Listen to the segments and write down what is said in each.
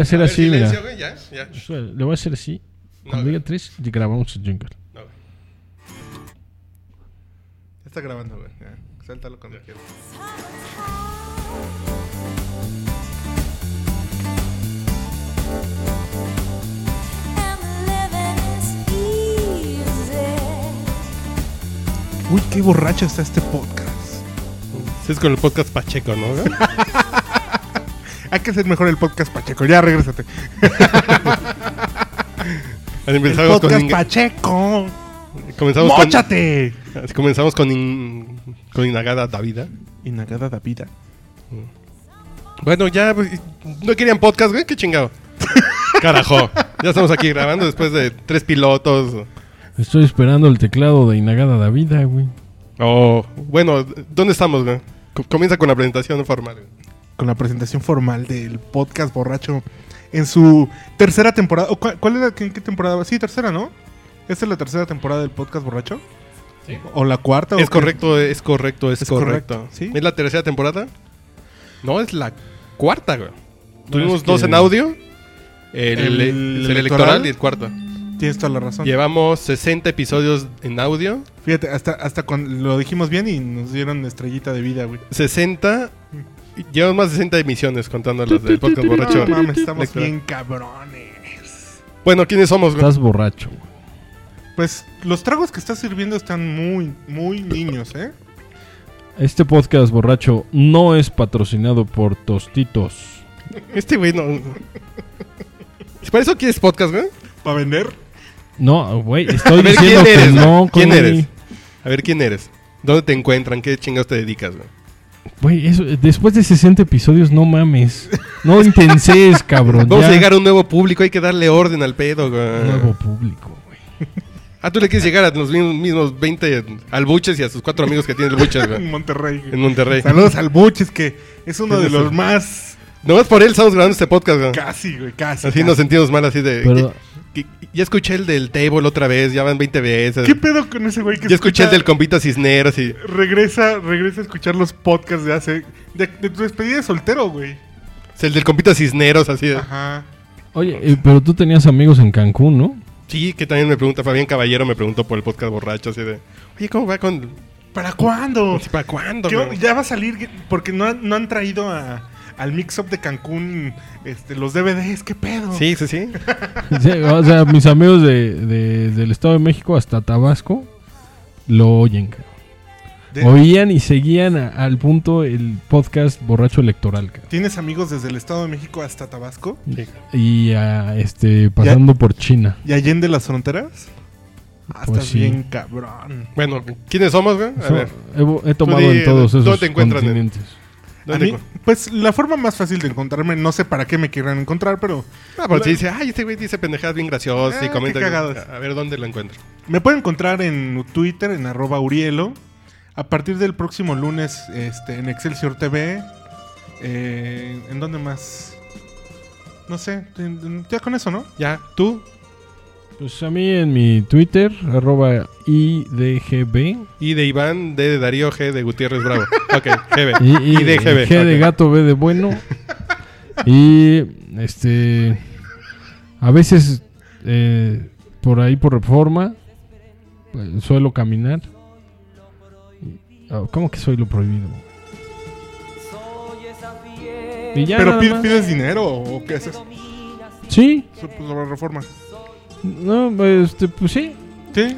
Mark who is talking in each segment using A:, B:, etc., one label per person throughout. A: a hacer
B: A ver,
A: así,
B: silencio,
A: mira.
B: güey, ya, ya.
A: Le voy a hacer así. Cuando
B: ok.
A: diga tres, y grabamos el jingle.
B: No, güey.
C: Ya está grabando, güey. Ya. Suéltalo cuando quieras. Uy, qué borracho está este podcast.
B: Sí, es con el podcast Pacheco, ¿no? güey?
C: Hay que hacer mejor el podcast Pacheco. Ya, regrésate.
B: Ahí
C: El
B: Empezamos con,
C: podcast
B: Inga-
C: Pacheco.
B: comenzamos con,
C: ¡Móchate!
B: así comenzamos con, in- con Inagada Davida.
C: Y Nagada Davida.
B: Bueno, ya pues, no querían podcast, güey, qué chingado. Carajo. Ya estamos aquí grabando después de tres pilotos.
A: Estoy esperando el teclado de Inagada Davida, güey.
B: Oh, bueno, ¿dónde estamos, güey? Co- Comienza con la presentación formal. güey.
C: Con la presentación formal del podcast borracho en su tercera temporada. ¿O cuál, cuál era? ¿Qué, qué temporada? va? Sí, tercera, ¿no? ¿Esta es la tercera temporada del podcast borracho? Sí. ¿O la cuarta?
B: Es
C: o qué?
B: correcto, es correcto, es,
C: Es
B: correcto.
C: correcto, ¿sí?
B: ¿Es la tercera temporada? No, es la cuarta, güey. Tuvimos
A: es
B: dos
A: que-
B: en audio. El,
C: El
B: el
C: electoral.
B: electoral y el cuarto.
C: Tienes toda la razón.
B: Llevamos 60 episodios en audio,
C: Fíjate, hasta, hasta cuando lo dijimos bien y nos dieron estrellita de vida, güey.
B: 60, y llevamos más de 60 emisiones contando las del podcast borracho.
C: No mames, estamos
B: Lectura.
C: bien cabrones.
B: Bueno, ¿quiénes somos? güey?
A: Estás borracho, güey.
C: Pues los tragos que estás sirviendo están muy, muy niños, ¿eh?
A: Este podcast borracho no es patrocinado por Tostitos.
B: Este güey no. ¿Para eso quieres podcast, güey?
C: ¿Para vender?
A: No, güey,
B: A
A: estoy
B: ver,
A: diciendo
B: ¿quién
A: que
B: eres?
A: no.
B: ¿Quién
A: Connie.
B: eres? A ver, ¿quién eres? ¿Dónde te encuentran? ¿Qué chingados te dedicas, güey?
A: Güey, eso- después de 60 episodios, no mames. No intenses, cabrón.
B: Vamos
A: ya.
B: a llegar a un nuevo público, hay que darle orden al pedo, güey.
A: Nuevo público, güey.
B: Ah, tú le quieres llegar a los mismos, mismos 20 al Buches y a sus cuatro amigos que tiene el Buches, güey.
C: En Monterrey. güey.
B: En Monterrey.
C: Saludos al Buches, que es uno de
B: Tienes
C: los
B: razón.
C: más...
B: Nomás por él estamos grabando este podcast, güey.
C: Casi, güey, casi.
B: Así
C: casi.
B: nos sentimos mal, así de.
A: Pero-
B: que- que- ya escuché el del table otra vez, ya van 20 veces.
C: ¿Qué pedo con ese güey que
B: ya escuché el
C: escucha-
B: del compita Cisneros y.
C: Regresa, regresa a escuchar los podcasts de hace... De, de tu despedida de soltero, güey.
B: El del compita Cisneros, así de.
C: Ajá.
A: Oye, eh, pero tú tenías amigos en Cancún, ¿no?
B: Sí, que también me pregunta Fabián Caballero, me preguntó por el podcast borracho, así de. Oye, ¿cómo va con.
C: ¿Para cuándo?
B: Pues, ¿Para cuándo?
C: ¿Qué
B: güey?"
C: on- ya va a salir, porque no, han- no han traído a- al mix-up de Cancún este, los DVDs, ¿qué pedo?
B: Sí, sí, sí.
A: Sí, o sea, mis amigos de, de- del Estado de México hasta Tabasco lo oyen. cabrón.
C: De-
A: Oían y seguían a- al punto el podcast borracho electoral. cabrón.
C: ¿Tienes amigos desde el Estado de México hasta Tabasco?
A: Y ah, este pasando por China.
C: ¿Y allende las fronteras? Ah,
A: Pues
C: estás
A: sí.
C: bien cabrón.
B: Bueno, ¿quiénes somos, güey? A
A: So-
B: ver.
A: he, he tomado
B: di,
A: en todos
B: ¿dónde
A: esos
B: te encuentran en-
A: continentes.
C: A
B: ¿Dónde
C: mí,
B: cu-
C: pues la forma más fácil de encontrarme, no sé para qué me quieran encontrar, pero
B: Ah, pero si dice, ay, este güey dice pendejadas bien graciosas
C: Ah,
B: y
C: qué
B: comenta.
C: cagadas.
B: A ver, ¿dónde lo encuentro?
C: me pueden encontrar en Twitter, en arroba Urielo. A partir del próximo lunes, este, en Excelsior TV. eh, ¿En dónde más? No sé, ya con eso, ¿no?
B: Ya, tú,
A: Pues a mí en mi Twitter, arroba IDGB.
B: I de Iván, D de Darío, G de Gutiérrez Bravo. Ok, GB.
A: Y,
B: I, de GB.
A: G de
B: ok.
A: gato, B de bueno. y este. A veces eh, por ahí por reforma pues, suelo caminar. Y- oh, ¿Cómo que soy lo prohibido? Y ya
C: pero
A: nada
C: pi-
A: más.
C: pides dinero o qué haces?
A: Sí,
C: Eso, pues, la reforma.
A: no, este, pues sí.
C: Sí.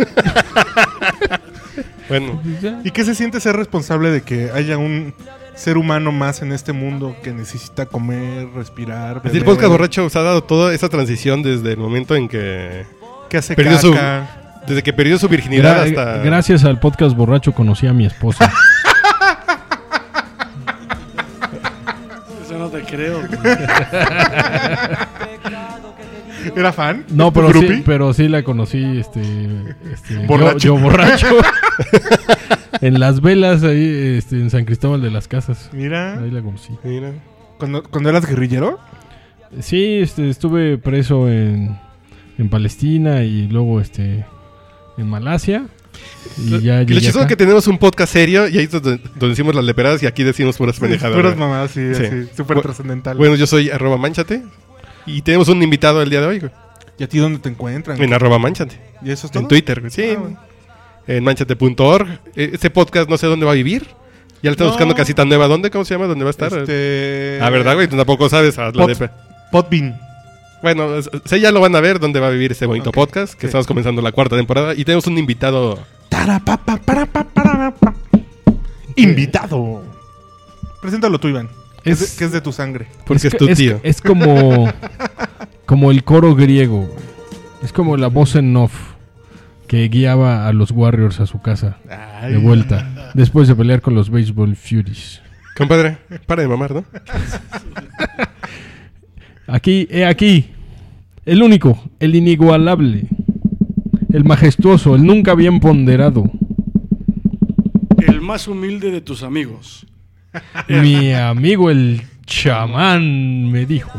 B: Bueno,
A: pues ya.
C: ¿Y qué se siente ser responsable de que haya un ser humano más en este mundo que necesita comer, respirar,
B: así el
C: beber,
B: podcast borracho se ha dado toda esa transición desde el momento en que.
C: que hace
B: perdió su-
C: caca?
B: Desde que perdió su virginidad
A: Gra-
B: hasta.
A: Gracias al podcast borracho conocí a mi esposa.
D: Eso no te creo.
C: ¿Era fan?
A: No, pero
C: ¿Grupi?
A: sí, pero sí la conocí, este, este, yo-
C: Borracho.
A: yo, borracho. en las velas ahí, este, en San Cristóbal de las Casas.
C: Mira,
A: Ahí la conocí.
B: Mira.
C: cuando, cuando eras guerrillero,
A: Sí, este, estuve preso en, en Palestina y luego, este, en Malasia. Y ya
B: Y lo
A: llegué
B: chistoso es
A: acá.
B: que tenemos un podcast serio y ahí es donde, donde decimos las leperadas y aquí decimos puras pendejadas.
C: puras
B: güey.
C: mamadas, sí,
B: Sí.
C: así, súper
B: Bu-
C: trascendental.
B: Bueno, yo soy arroba manchate. Y tenemos un invitado el día de hoy, güey.
C: ¿Y a ti dónde te encuentran?
B: En arroba manchate.
C: ¿Y eso es todo?
B: En Twitter, güey. Sí.
C: Ah, bueno.
B: En manchate.org. Eh, Este podcast no sé dónde va a vivir. Ya le estamos
C: No.
B: buscando casita nueva. ¿Dónde? ¿Cómo se llama? ¿Dónde va a estar?
C: Este...
B: Ah, ¿verdad, güey? Tú tampoco sabes. Haz la
C: Pod-
B: de-
C: Podbean.
B: Bueno, es- sé ya lo van a ver dónde va a vivir este bonito
C: Ok.
B: podcast, que
C: Sí.
B: estamos comenzando la cuarta temporada y tenemos un invitado.
C: Tarapapa, parapa, parapa. Invitado. Preséntalo tú, Iván. Es...
A: Es-
C: de- que es de tu sangre.
B: Porque es,
A: que-
B: tu tío.
A: Es como, como el coro griego. güey. Es como la voz en off que guiaba a los Warriors a su casa de vuelta después de pelear con los Baseball Furies.
B: Compadre, para de mamar, ¿no?
A: Aquí, he aquí, el único, el inigualable, el majestuoso, el nunca bien ponderado,
D: El más humilde de tus amigos.
A: mi amigo el chamán me dijo.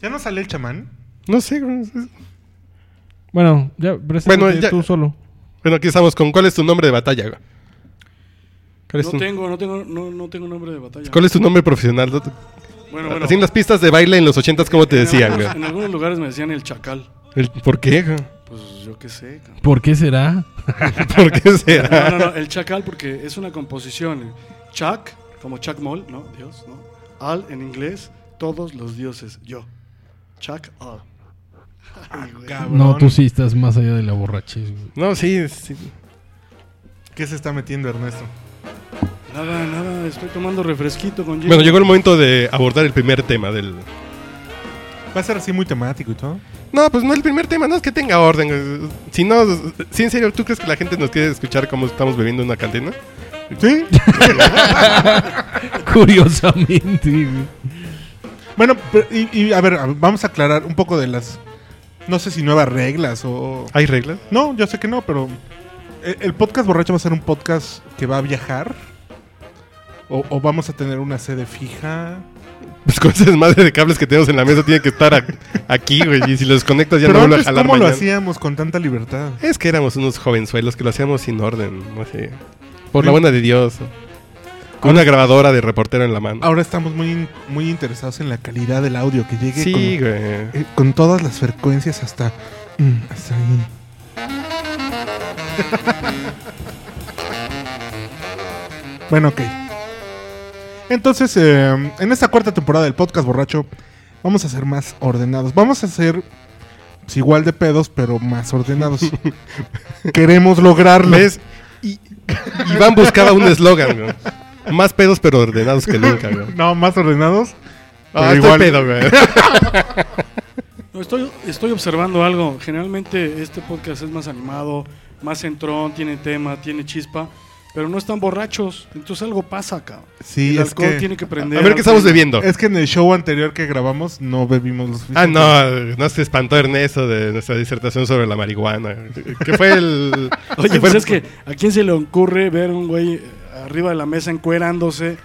C: ¿Ya no sale el chamán?
B: No sé. güey, es- es-
A: Bueno, ya, preséntate
B: Bueno, ya-
A: tú solo.
B: Bueno, aquí estamos con ¿cuál es tu nombre de batalla? güey? ¿Cuál es,
D: No
B: tu,
D: tengo, no tengo, no, no tengo nombre de batalla.
B: cuál es tu nombre profesional?
D: Bueno, bueno.
B: Así en las pistas de baile en los ochentas, ¿cómo te
D: en
B: decían?
D: algunos-
B: güey?
D: En algunos lugares me decían el chacal.
B: El- ¿Por qué? güey?
D: Pues yo qué sé. cabrón.
A: ¿Por qué será?
B: ¿Por qué
D: No,
B: será?
D: no, no, el chacal porque es una composición. eh. Chac, como Chuck Moll, ¿no? Dios, ¿no? Al en inglés, todos los dioses, yo. Chuck Al.
B: Ah,
D: Ay, güey.
C: Cabrón.
A: No, tú sí estás más allá de la borrachez. güey.
B: No, sí, sí.
C: ¿Qué se está metiendo, Ernesto?
D: Nada, nada, estoy tomando refresquito con Jim.
B: Bueno, llegó el momento de abordar el primer tema del...
C: Va a ser así muy temático y todo.
B: No, pues no el primer tema, no es que tenga orden. güey. Si no, si en serio, ¿tú crees que la gente nos quiere escuchar cómo estamos bebiendo en una cantina?
C: Sí.
A: Curiosamente. güey.
C: bueno, pero- y, y a ver, a ver, vamos a aclarar un poco de las. No sé si nuevas reglas o.
B: ¿Hay reglas?
C: No, yo sé que no, pero. e- El podcast borracho va a ser un podcast que va a viajar. O, o vamos a tener una sede fija.
B: Pues con ese desmadre de cables que tenemos en la mesa tiene que estar a- aquí, güey. Y si los conectas ya no
C: pero
B: vuelve a
C: antes,
B: jalar
C: ¿cómo lo
B: mañana.
C: hacíamos con tanta libertad?
B: Es que éramos unos jovenzuelos que lo hacíamos sin orden, no sé. Por la buena de Dios. Con una grabadora de reportero en la mano.
C: Ahora estamos muy, in- muy interesados en la calidad del audio que llegue con,
B: Sí, güey.
C: eh, con todas las frecuencias hasta, mm, hasta ahí. bueno, ok. Entonces, eh, en esta cuarta temporada del podcast borracho, vamos a ser más ordenados. Vamos a ser pues, igual de pedos, pero más ordenados. Queremos lograrlo.
B: ¿Ves? Y- Iván buscaba un eslogan, güey. Más pedos pero ordenados que nunca, güey.
C: No, más ordenados.
B: Ah,
C: pero
B: estoy
C: igual.
B: pedo, güey.
D: No, estoy, estoy observando algo. Generalmente este podcast es más animado, más centrón, tiene tema, tiene chispa, pero no están borrachos. Entonces algo pasa acá.
C: Sí,
D: el
C: es
D: alcohol
C: que-
D: tiene que prender.
B: A ver qué estamos
D: algo-
B: bebiendo.
C: Es que en el show anterior que grabamos no bebimos los
B: Ah, no, no se espantó Ernesto de nuestra disertación sobre la marihuana. Que fue el.
D: Oye,
B: que
D: pues
B: fue-
D: es que ¿a quién se le ocurre ver un güey eh, arriba de la mesa encuerándose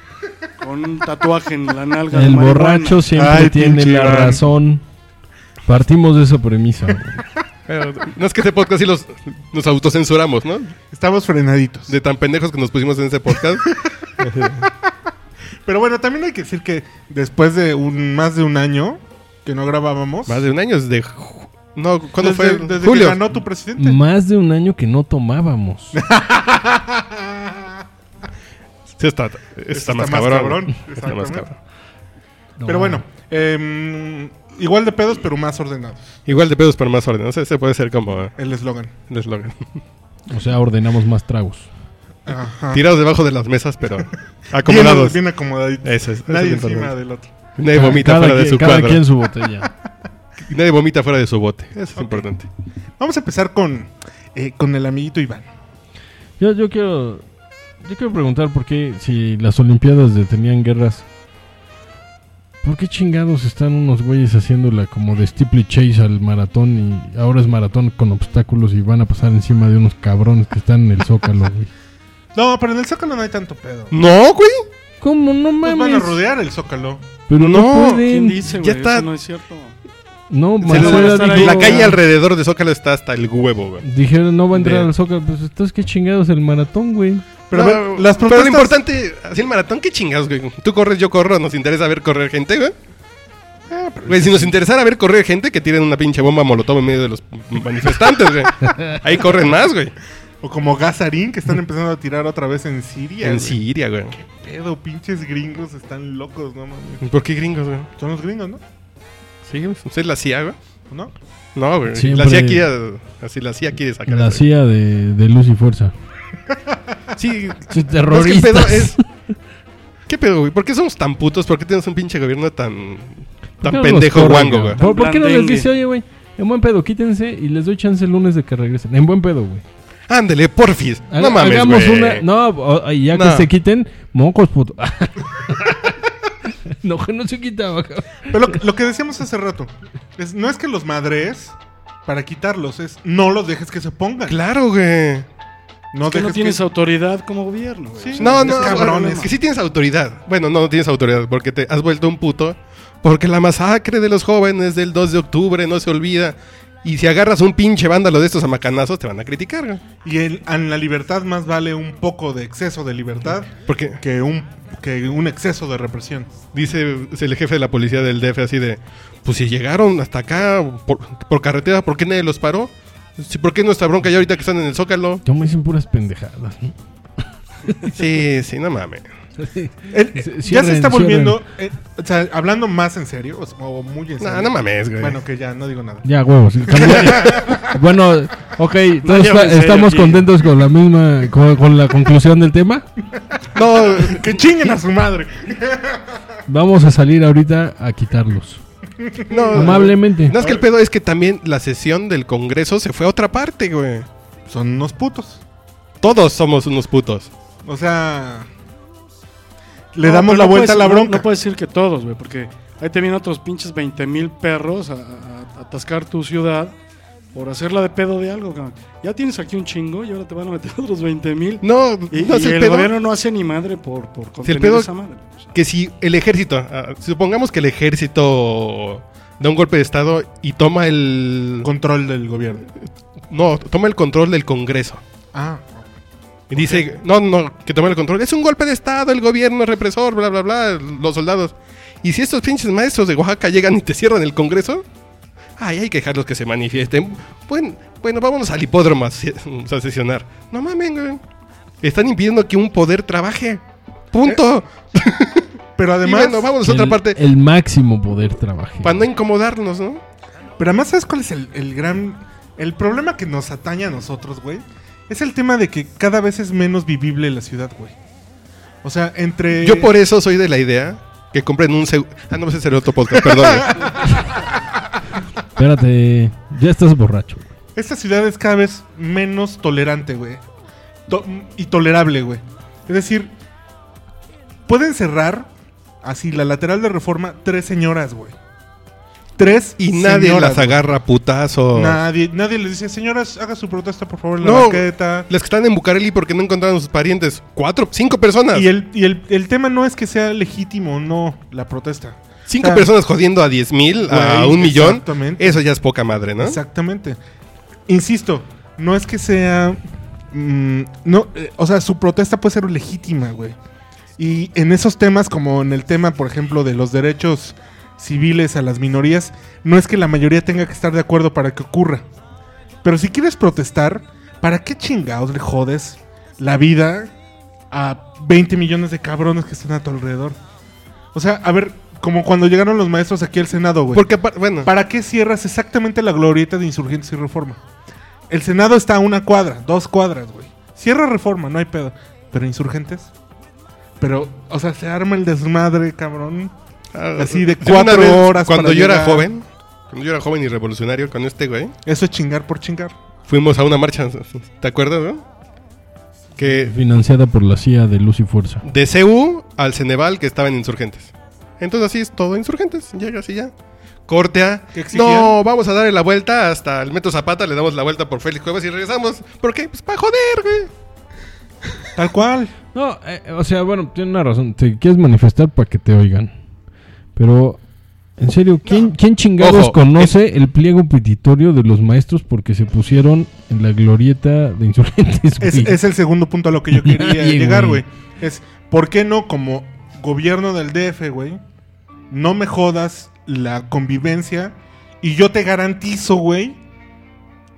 D: con un tatuaje en la nalga? de
A: El
D: marihuana?
A: borracho siempre
C: Ay,
A: tiene
C: pinche
A: la
C: Iván.
A: razón. Partimos de esa premisa. güey.
B: Pero No es que este podcast sí los, nos autocensuramos, ¿no?
C: Estamos frenaditos.
B: De tan pendejos que nos pusimos en ese podcast.
C: Pero bueno, también hay que decir que después de un más de un año que no grabábamos.
B: Más de un año es de. ju- No, ¿cuándo
C: desde-
B: fue?
C: Desde
B: Julio. Mm,
C: que ganó tu presidente.
A: Más de un año que no tomábamos.
B: Sí, está, está,
C: está
B: más,
C: más
B: cabrón.
C: cabrón,
B: Está más
C: exactamente.
B: cabrón.
C: Pero bueno, em, igual de pedos, pero más ordenados.
B: Igual de pedos, pero más orden. No sé, ese puede ser como
C: El eslogan.
B: el eslogan.
A: O sea, ordenamos más tragos.
C: Ajá.
B: Tirados debajo de las mesas, pero
C: Ah. Bien-
B: acomodados. Eh,
C: Bien, acomodaditos.
B: Eso es. eso
C: Nadie
B: es
C: encima
B: importante.
C: del otro.
B: Nadie vomita
A: Cada
B: fuera de
A: quien-
B: su
A: cada
B: cuadro.
A: quien su botella.
B: Nadie vomita fuera de su bote. Eso es importante.
C: Vamos a empezar con, eh, con el amiguito Iván.
A: Yo, yo quiero. Yo quiero preguntar por qué, si las Olimpiadas detenían guerras, ¿por qué chingados están unos güeyes haciéndola como de Steeple Chase al maratón y ahora es maratón con obstáculos y van a pasar encima de unos cabrones que están en el zócalo, güey?
C: No, pero en el Zócalo no hay tanto pedo.
B: No, güey.
A: ¿Cómo no
B: Pues
C: Nos van a
A: mames?
C: rodear el Zócalo.
A: Pero no,
B: No,
D: ¿Quién
A: pueden.
D: dice,
B: Ya
D: güey?
B: está.
D: Eso no es cierto.
A: No,
B: Se le-
D: van a
A: Marcela
D: estar ahí.
A: dijo-
B: la calle alrededor de Zócalo está hasta el huevo, güey.
A: Dijeron no va a entrar
B: De-
A: al zócalo. Pues entonces qué chingados el maratón, güey.
C: Pero a
B: No,
C: ver, las
B: pero lo
C: protestas-
B: importante, así el maratón, qué chingados, güey. Tú corres, yo corro, nos interesa ver correr gente, güey.
C: Ah,
B: Güey, si nos interesara ver correr gente que tiren una pinche bomba molotov en medio de los manifestantes, güey. Ahí corren más, güey.
C: O como Gazarín, que están empezando a tirar otra vez en Siria.
B: En
C: güey.
B: Siria, güey.
C: Pedo, pinches gringos están locos, no mames.
B: ¿Por qué gringos, güey?
C: Son los gringos, ¿no?
B: Sí, güey. ¿Usted la CIA, güey?
C: ¿O ¿No?
B: No, güey.
A: Siempre-
B: La CIA quiere, así la CIA quiere sacar.
A: La
B: eso, güey.
A: CIA de, de luz y fuerza.
B: Sí, No, es que el
A: Terroristas.
B: pedo es- ¿Qué pedo, güey? ¿Por qué somos tan putos? ¿Por qué tenemos un pinche gobierno tan,
A: ¿Por qué
B: tan
A: no
B: pendejo
A: los corren,
B: y guango, güey?
A: cabrón? ¿Por, por qué no les
D: Blandengue.
A: dice, oye, güey, en buen pedo, quítense y les doy chance el lunes de que regresen? En buen pedo, güey.
B: Ándele, porfis.
A: Haga-
B: no mames,
A: Hagamos
B: güey.
A: una. No, o- y ya
B: No.
A: que se quiten, mocos, puto. no, que no se quitaba, cabrón.
C: Pero lo, lo que decíamos hace rato, es, no es que los madres para quitarlos, es no los dejes que se pongan.
B: Claro, güey.
C: No
D: Que
C: dejes
D: no tienes
C: que...
D: autoridad como gobierno. güey.
C: Sí.
D: O sea,
B: No,
C: Es
B: no,
C: cabrón,
B: cabrones.
C: es-
B: Que sí tienes autoridad. Bueno, no, no tienes autoridad porque te has vuelto un puto. Porque la masacre de los jóvenes del 2 de octubre no se olvida. Y si agarras un pinche vándalo de estos amacanazos, te van a criticar, güey.
C: Y el- en la libertad más vale un poco de exceso de libertad
B: Porque
C: que un, que un exceso de represión.
B: dice el jefe de la policía del DF así de, pues si llegaron hasta acá por, por carretera, ¿por qué nadie los paró? Sí, ¿Por qué nuestra bronca ya ahorita que están en el Zócalo?
A: Ya me dicen puras pendejadas, ¿no?
B: Sí, sí, no mames.
C: El-
A: Sí,
C: ya se
A: cierren,
C: está volviendo, eh, o sea, hablando más en serio, o, o muy en serio.
B: No, no mames, güey.
C: Bueno, que ya no digo nada.
A: Ya, huevos. Cambiar- bueno, ok, entonces
D: ya me
A: está-
D: enseño
A: estamos
D: aquí.
A: contentos con la misma, con, con la conclusión del tema.
B: No,
C: Que chinguen a su madre.
A: Vamos a salir ahorita a quitarlos.
B: no.
A: Amablemente.
B: No, es que el pedo es que también la sesión del Congreso se fue a otra parte, güey.
C: Son unos putos.
B: Todos somos unos putos.
C: O sea, le
D: No,
C: damos
D: pero
C: la
D: no
C: vuelta a
D: puedes-
C: la
D: no-
C: bronca.
D: No, puedes decir que todos, güey, porque ahí te vienen otros pinches 20 mil perros a, a- a atascar tu ciudad por hacerla de pedo de algo, cabrón. Ya tienes aquí un chingo y ahora te van a meter otros 20 mil.
B: No,
D: Y,
B: no es
D: y
B: el,
D: el,
B: pedo
D: gobierno no hace ni madre por, por contener
B: pedo-
D: esa madre. o sea.
B: que si el ejército, ah, supongamos que el ejército da un golpe de estado y toma el
C: Control del gobierno.
B: no, toma el control del Congreso.
C: Ah,
B: Y dice, no, no, que tome el control. Es un golpe de Estado, el gobierno es represor, bla, bla, bla, los soldados. Y si estos pinches maestros de Oaxaca llegan y te cierran el Congreso, ay, hay que dejarlos que se manifiesten. Bueno, bueno vámonos al hipódromo a, se- a sesionar. No mames, güey. Están impidiendo que un poder trabaje. Punto.
C: pero
B: Y
C: además,
B: bueno, vámonos a otra
A: el,
B: parte.
A: El máximo poder trabaje.
B: Para no incomodarnos, ¿no?
C: pero además, ¿sabes cuál es el, el gran. El problema que nos atañe a nosotros, güey? Es el tema de que cada vez es menos vivible la ciudad, güey. O sea, entre.
B: Yo por eso soy de la idea que compren un seguro. Ah, no, ese es el otro podcast, perdón. güey.
A: Espérate, ya estás borracho.
B: e-
C: Esta ciudad es cada vez menos tolerante, güey. To- y tolerable, güey. Es decir, pueden cerrar así la lateral de reforma tres señoras, güey. Tres
B: Y nadie
C: señoras,
B: las
C: güey.
B: agarra a putazos.
C: Nadie, nadie les dice, señoras, haga su protesta, por favor, en la
B: No.
C: banqueta".
B: Las que están en Bucareli porque no encontraron sus parientes. Cuatro, cinco personas.
C: Y, el, y el, el tema no es que sea legítimo o no la protesta.
B: cinco
C: o sea,
B: personas jodiendo a diez mil, a
C: Ah. Güey,
B: un millón.
C: exactamente.
B: Eso ya es poca madre, ¿no?
C: Exactamente. Insisto, no es que sea. mm, no, eh, o sea, su protesta puede ser legítima, güey. Y en esos temas, como en el tema, por ejemplo, de los derechos civiles a las minorías, no es que la mayoría tenga que estar de acuerdo para que ocurra. Pero si quieres protestar, ¿para qué chingados le jodes la vida a 20 millones de cabrones que están a tu alrededor? O sea, a ver, como cuando llegaron los maestros aquí al Senado, güey.
B: Porque, apar- bueno,
C: ¿Para qué cierras exactamente la glorieta de insurgentes y reforma? El Senado está a una cuadra, dos cuadras, güey. Cierra reforma, no hay pedo. Pero insurgentes. Pero, o sea, se arma el desmadre, cabrón.
B: ah,
C: así de
B: yo
C: cuatro
B: una
C: horas
B: Cuando
C: para
B: yo era
C: llegar.
B: joven, cuando yo era joven y revolucionario con este güey,
C: Eso es chingar por chingar.
B: fuimos a una marcha. ¿Te acuerdas, no? Que
A: Financiada por la CIA de luz y fuerza.
B: de CU al Ceneval que estaban insurgentes. Entonces así es todo insurgentes. Llega así ya. Cortea.
C: ¿Qué exigían?
B: No, vamos a darle la vuelta hasta el Metro Zapata, le damos la vuelta por Félix Cuevas y regresamos. ¿Por qué? Pues para joder, güey.
C: Tal cual.
A: No, eh, o sea, bueno, tiene una razón. Te quieres manifestar para que te oigan. Pero, en serio, ¿quién, ¿quién chingados
B: Ojo,
A: conoce el pliego petitorio de los maestros porque se pusieron en la glorieta de insurgentes?
C: Es,
A: güey?
C: es el segundo punto a lo que yo quería
A: Nadie,
C: llegar,
A: güey.
C: güey. Es, ¿por qué no como gobierno del DF, güey? No me jodas la convivencia. Y yo te garantizo, güey.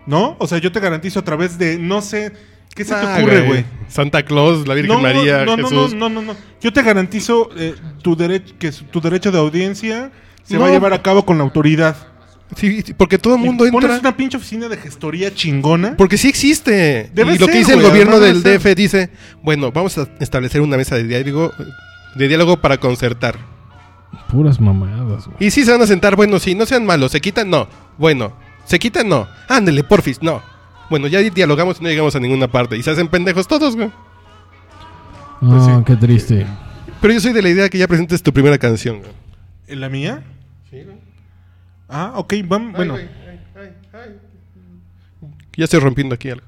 C: ¿No? O sea, yo te garantizo a través de, no sé, ¿qué se
B: Ah,
C: te ocurre, güey?
B: Santa Claus, la Virgen
C: no,
B: María,
C: no, no,
B: Jesús.
C: No, no, no, no. Yo te garantizo eh, tu dere- que su- tu derecho de audiencia se va a
B: No.
C: llevar a cabo con la autoridad.
B: Sí, sí, porque todo el mundo
C: Y Pones
B: entra.
C: una pinche oficina de gestoría chingona.
B: Porque sí existe.
C: Debe
B: y lo
C: ser,
B: que dice el
C: güey,
B: gobierno del
C: además debe
B: DF dice, bueno, vamos a establecer una mesa de diálogo, de diálogo para concertar.
A: Puras mamadas, güey.
B: Y sí se van a sentar, bueno, sí, no sean malos, se quitan, no. Bueno, se quitan, no. Ándele, porfis, no. Bueno, ya dialogamos y no llegamos a ninguna parte. Y se hacen pendejos todos, güey.
C: Pues
A: Ah,
C: sí.
A: qué triste.
B: Pero yo soy de la idea que ya presentes tu primera canción, güey.
C: ¿Eh, ¿La mía? Ah, ok, vamos. Bueno,
B: Ya estoy rompiendo aquí algo.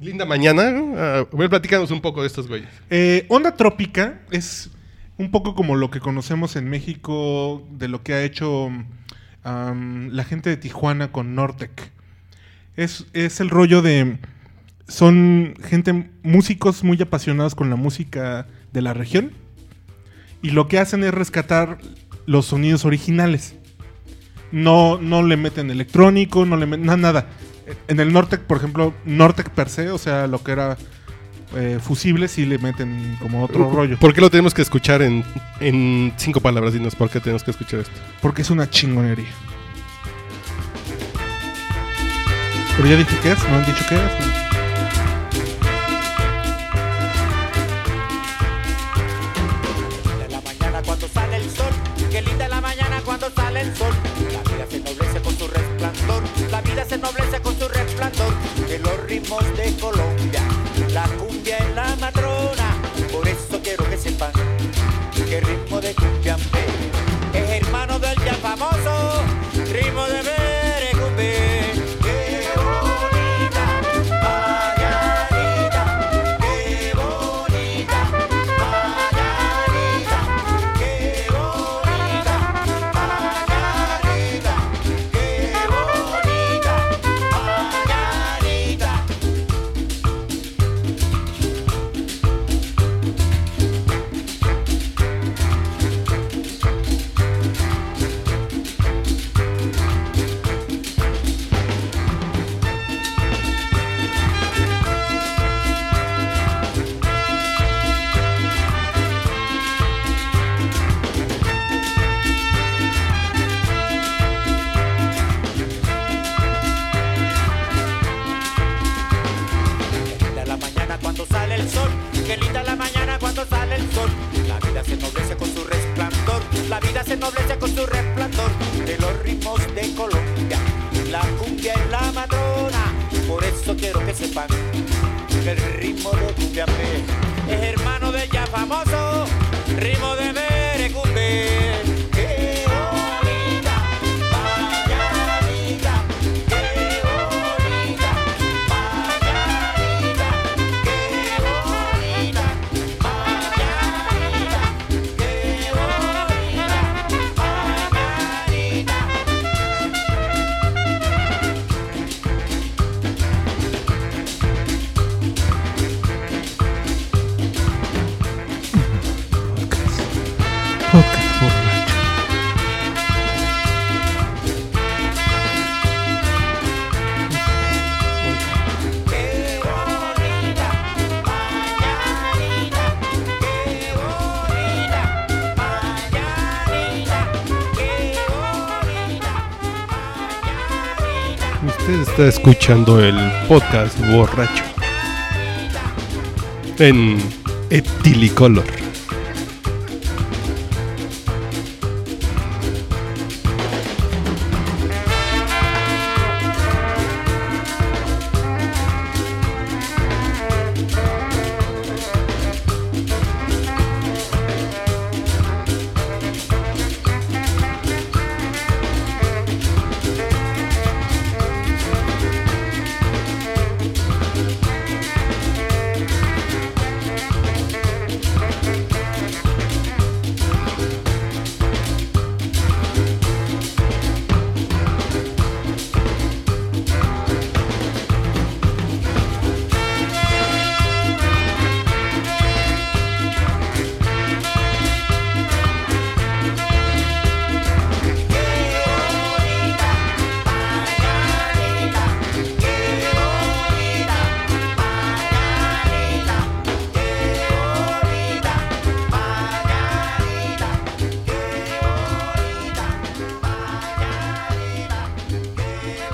B: Linda mañana. ¿no? Ah, A ver, platícanos un poco de estos güeyes.
C: eh, Onda Trópica es un poco como lo que conocemos en México de lo que ha hecho am, la gente de Tijuana con Nortec. Es, es el rollo de. Son gente, músicos muy apasionados con la música de la región. Y lo que hacen es rescatar los sonidos originales. No, no le meten electrónico, no le meten na- nada. En el Nortec, por ejemplo, Nortec per se, o sea, lo que era eh, fusible, sí le meten como otro rollo.
B: ¿Por qué lo tenemos que escuchar en, en cinco palabras? Dinos, ¿por qué tenemos que escuchar esto?
C: Porque es una chingonería. Pero ya dije que es, no han dicho que es.
E: linda la mañana cuando sale el sol, qué linda la mañana cuando sale el sol. La vida se ennoblece con su resplandor, la vida se ennoblece con su resplandor. De los ritmos de Colombia, la cumbia es la matrona. Por eso quiero que sepan que el ritmo de Cupiampé es hermano del ya famoso ritmo de Merecumbé. Qué bonita, Margarita, qué bonita, Margarita, qué bonita, Margarita, qué bonita, Margarita. Qué linda la mañana cuando sale el sol, qué linda la mañana cuando sale el sol. La vida se ennoblece con su resplandor, la vida se ennoblece con su resplandor. De los ritmos de Colombia, la cumbia es la madrona. Por eso quiero que sepan que el ritmo de cumbia P es hermano del ya famoso ritmo de merecumbe. Qué bonita, Margarita, qué bonita, Margarita, qué bonita, Margarita, qué bonita, Margarita. Qué bonita, Margarita, qué bonita, Margarita, qué bonita, Margarita.
B: Usted está escuchando el podcast borracho. En Etilicolor.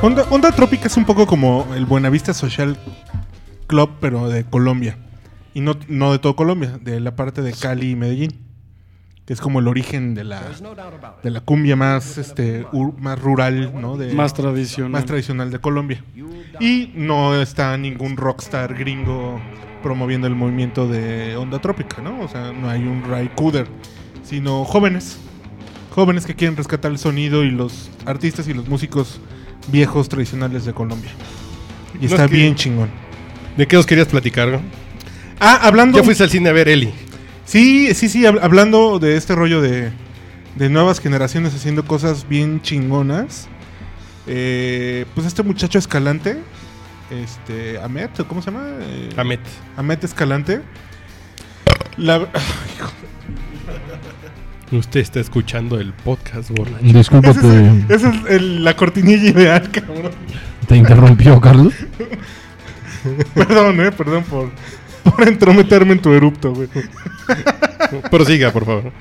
C: Onda, Onda Trópica es un poco como el Buenavista Social Club, pero de Colombia. Y no, no de todo Colombia, de la parte de Cali y Medellín. Que es como el origen de la, de la cumbia más, este, ur- más rural, ¿no? De,
D: Más tradicional.
C: más tradicional de Colombia. Y no está ningún rockstar gringo promoviendo el movimiento de onda trópica, ¿no? O sea, no hay un Ray Cooder, sino jóvenes. Jóvenes que quieren rescatar el sonido y los artistas y los músicos viejos tradicionales de Colombia. Y
B: No
C: está
B: es que-
C: bien chingón.
B: ¿De qué os querías platicar? güey?
C: Ah, hablando...
B: Ya fuiste al cine a ver Eli.
C: Sí, sí, sí, hab- hablando de este rollo de, de nuevas generaciones haciendo cosas bien chingonas. eh, pues este muchacho Escalante, este, Amet, ¿cómo se llama? Eh,
B: Amet.
C: Amet Escalante. La-
B: Usted está escuchando el podcast, borracho.
A: Disculpa,
C: esa es,
A: te,
C: esa es el- la cortinilla ideal, cabrón.
A: te interrumpió, Carlos.
C: Perdón, eh, perdón por, por entrometerme en tu erupto, güey.
B: Prosiga, por favor.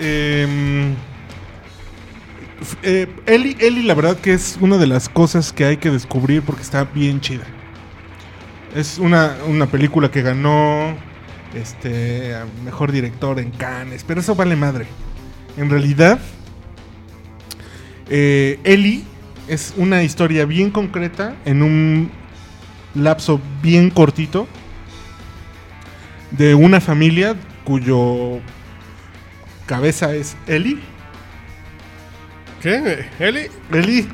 C: Eh, eh, Eli, Eli, la verdad que es una de las cosas que hay que descubrir porque está bien chida. Es una, una película que ganó este a mejor director en Cannes, pero eso vale madre. En realidad, eh, Eli es una historia bien concreta en un lapso bien cortito de una familia cuyo cabeza es Eli.
B: ¿Qué? ¿Eli?
C: Eli.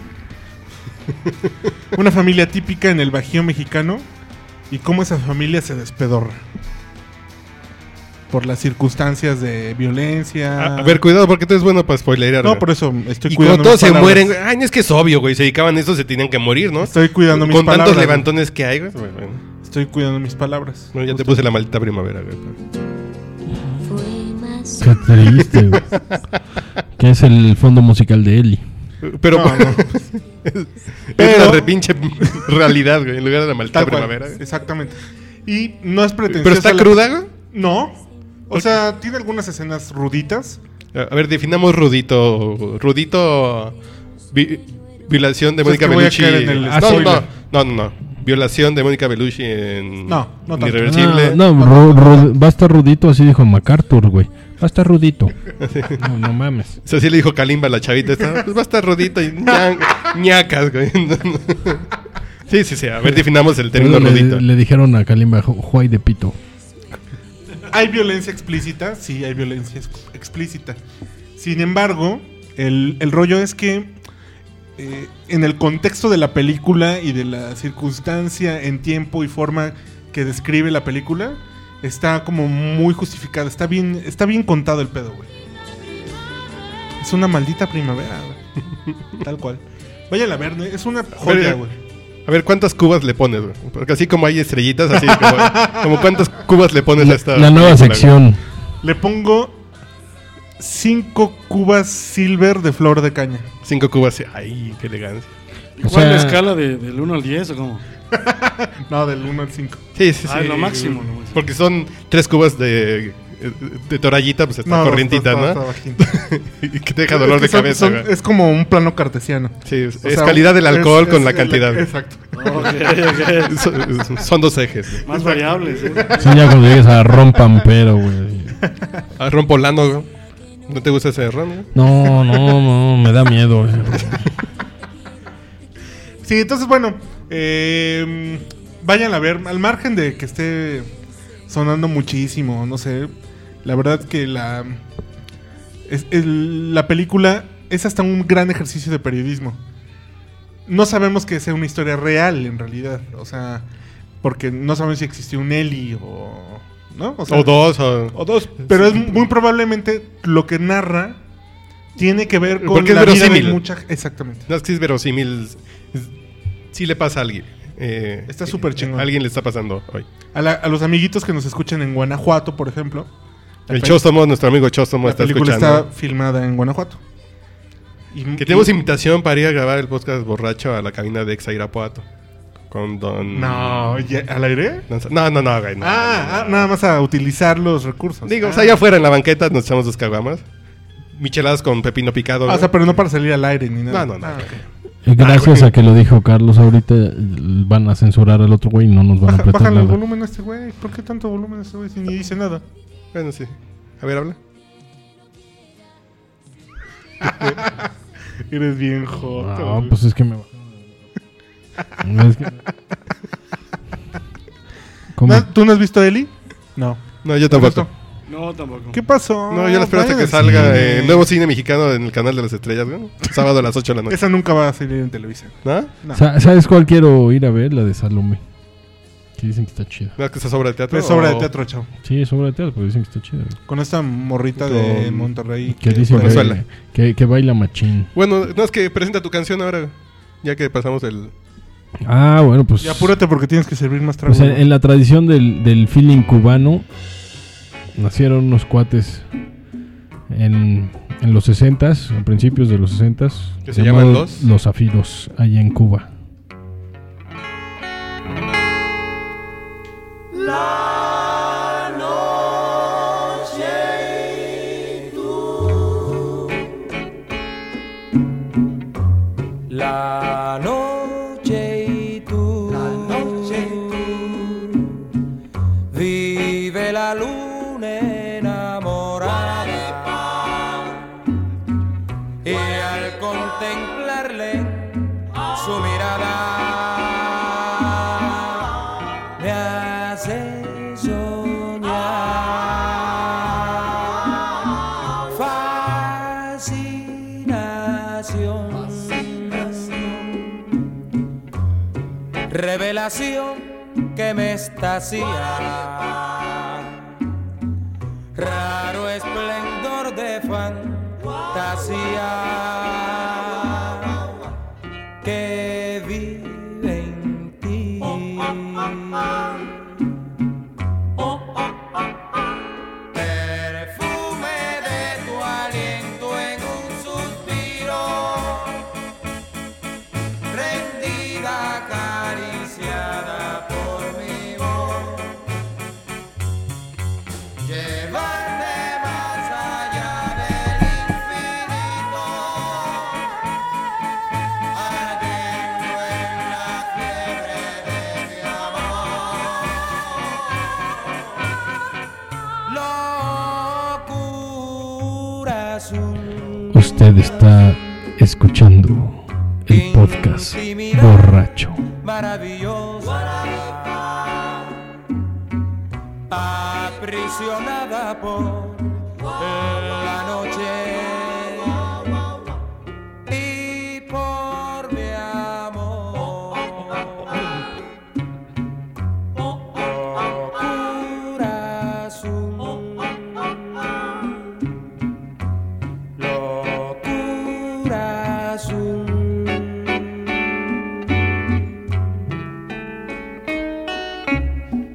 C: Una familia típica en el Bajío mexicano y cómo esa familia se despedorra. Por las circunstancias de violencia.
B: A, a ver, cuidado, porque tú eres bueno para spoilerear.
C: Ah. no,
B: güey.
C: por eso estoy
B: Y
C: cuidando
B: cuando todos
C: mis
B: se
C: palabras.
B: mueren, güey, ay, no es que es obvio, güey. Se dedicaban a eso, se tenían que morir, ¿no?
C: Estoy cuidando mis
B: Con
C: palabras.
B: tantos levantones que hay, güey. Bueno, bueno.
C: Estoy cuidando mis palabras.
B: Bueno, ya te puse la maldita primavera, güey.
F: Fue más
A: Qué triste, güey. Que es el fondo musical de Eli.
B: Pero,
C: No, no.
B: es
C: Pero-
B: una repinche realidad, güey. En lugar de la maldita
C: Tal cual,
B: primavera, güey.
C: Exactamente. Y no es pretencioso.
B: Pero está cruda, güey.
C: No. O sea, tiene algunas escenas ruditas.
B: A a ver, definamos rudito. Rudito. vi- violación de
C: Pues
B: Mónica
C: es que voy a
B: Bellucci.
C: caer en el
B: Ah, no,
C: spoiler.
B: no, no, no, no. Violación de Mónica Bellucci en.
C: No, no tanto.
B: Irreversible.
A: No, Ah, no, ru- ru- va a estar rudito, así dijo MacArthur, güey. Va a estar rudito. No, no mames.
B: O sea, sí le dijo Kalimba a la chavita esta. Pues va a estar rudito y ña- ñacas, güey. sí, sí, sí. A ver, definamos el término
A: le,
B: rudito.
A: le dijeron a Kalimba, "Ju- Juay de Pito.
C: ¿Hay violencia explícita? Sí, hay violencia ex- explícita. Sin embargo, el, el rollo es que eh, en el contexto de la película y de la circunstancia en tiempo y forma que describe la película, está como muy justificada. Está bien, está bien contado el pedo, güey. Es una maldita primavera, güey. Tal cual. Vayan a ver, ¿no? es una joya,
B: Pero-
C: güey.
B: A ver, ¿cuántas cubas le pones, güey? Porque así como hay estrellitas, así como, como cuántas cubas le pones a esta.
C: Ah,
A: La nueva
B: película, güey?
A: sección.
C: Le pongo cinco cubas silver de flor de caña.
B: Cinco cubas. Ay, qué elegancia.
A: O
D: ¿Cuál es la
A: sea-
D: escala de, del 1 al 10 o cómo?
C: No, del 1 al 5.
B: Sí, sí, sí.
D: Ah, lo máximo, lo máximo.
B: Porque son tres cubas de, de torallita, pues está
C: No,
B: corrientita,
C: está-
B: ¿no?
C: está- está bajito.
B: Y que te deja dolor
C: Es que
B: de
C: son-
B: cabeza,
C: son-
B: güey.
C: Es como un plano cartesiano.
B: Sí, es,
C: O
B: es
C: sea,
B: calidad del
C: es-
B: alcohol con
C: es
B: la cantidad. güey.
C: exacto.
D: Ok, ok.
B: son, son dos ejes. güey.
D: Más variables. ¿eh?
A: Sí, ya cuando llegues a Ron Pampero, güey.
B: Ah, ron polano, güey. ¿No te gusta ese ron? güey?
A: No, no, no, me da miedo. eh. güey.
C: Sí, entonces, bueno, eh, vayan a ver, al margen de que esté sonando muchísimo, no sé, la verdad que la, es- el- la película es hasta un gran ejercicio de periodismo. No sabemos que sea una historia real, en realidad, o sea, porque no sabemos si existió un Eli o... ¿no? sea,
B: O dos, o...
C: O dos, pero es muy probablemente lo que narra tiene que ver con
B: Porque es
C: la vida de
B: verosímil.
C: mucha exactamente.
B: No, es que es verosímil. Es- Sí le pasa a alguien. Eh,
C: Está súper chingón.
B: A alguien le está pasando hoy.
C: A, la- a los amiguitos que nos escuchan en Guanajuato, por ejemplo. la
B: El
C: pe-
B: Chostomo, nuestro amigo Chostomo
C: La
B: está
C: película
B: escuchando.
C: está filmada en Guanajuato. Y-
B: Que tenemos
C: y-
B: invitación para ir a grabar el podcast borracho a la cabina de Exa Irapuato. Con Don...
C: No, ¿ya- ¿al aire?
B: Lanza- No, no, no, güey, no.
C: Ah, ah, nada más a utilizar los recursos.
B: Digo,
C: Ah.
B: o sea, allá afuera en la banqueta nos echamos dos caguamas. Micheladas con pepino picado.
C: Ah, o
B: güey.
C: sea, pero no para salir al aire ni nada.
B: No, no, no.
C: Ah, ok.
A: Eh, Gracias a que lo dijo Carlos ahorita, eh, van a censurar al otro güey y no nos van a
C: Baja-
A: apretar
C: bájale el
A: nada.
C: volumen a este güey. ¿Por qué tanto volumen a este güey si ni dice nada?
B: Bueno, sí. A ver, habla.
C: Eres bien joto.
A: No,
C: güey.
A: pues es que me bajaron. Es que- ¿Cómo?
C: ¿No- ¿Tú no has visto a Eli? No.
B: No, yo tampoco.
C: Perfecto.
D: No, tampoco.
C: ¿Qué pasó?
B: No, yo la espero hasta que
C: Váyanse.
B: salga eh, el nuevo cine mexicano en el canal de las estrellas, güey. Sábado a las 8 de la noche.
C: Esa nunca va a salir en Televisa.
B: ¿No?
A: Sa- ¿Sabes cuál quiero ir a ver? La de Salome. Que dicen que está chida.
B: ¿No es que esa obra de teatro?
C: Es obra de
B: o-
C: teatro, chao.
A: Sí, es obra de teatro, pero dicen que está chida.
C: Con esta morrita
B: Con-
C: de Monterrey.
A: Que dicen
B: Venezuela.
A: que, que, que baila machín.
B: Bueno, no es que presenta tu canción ahora, güey. ya que pasamos el.
A: Ah, bueno, pues.
C: Y apúrate porque tienes que servir más trago.
A: pues en, en la tradición del, del feeling cubano, nacieron unos cuates en, en los 60s, a principios de los 60s.
B: ¿Que se llaman
A: llamados
B: los?
A: Los Zafiros, allá en Cuba.
G: La noche y tú. La noche Vive la luna enamorada. Y al contemplarle su mirada me hace soñar. Fascinación. Revelación que me extasía. Raro esplendor de fantasía que vive en ti. Perfume de tu aliento en un suspiro rendida, acariciada por mi voz. Llevarme más allá del infinito, ardiendo en la fiebre de mi amor. Locura azul.
A: Usted está escuchando el podcast Borracho.
G: maravillosa, aprisionada por la noche y por mi amor. Locura azul, locura azul.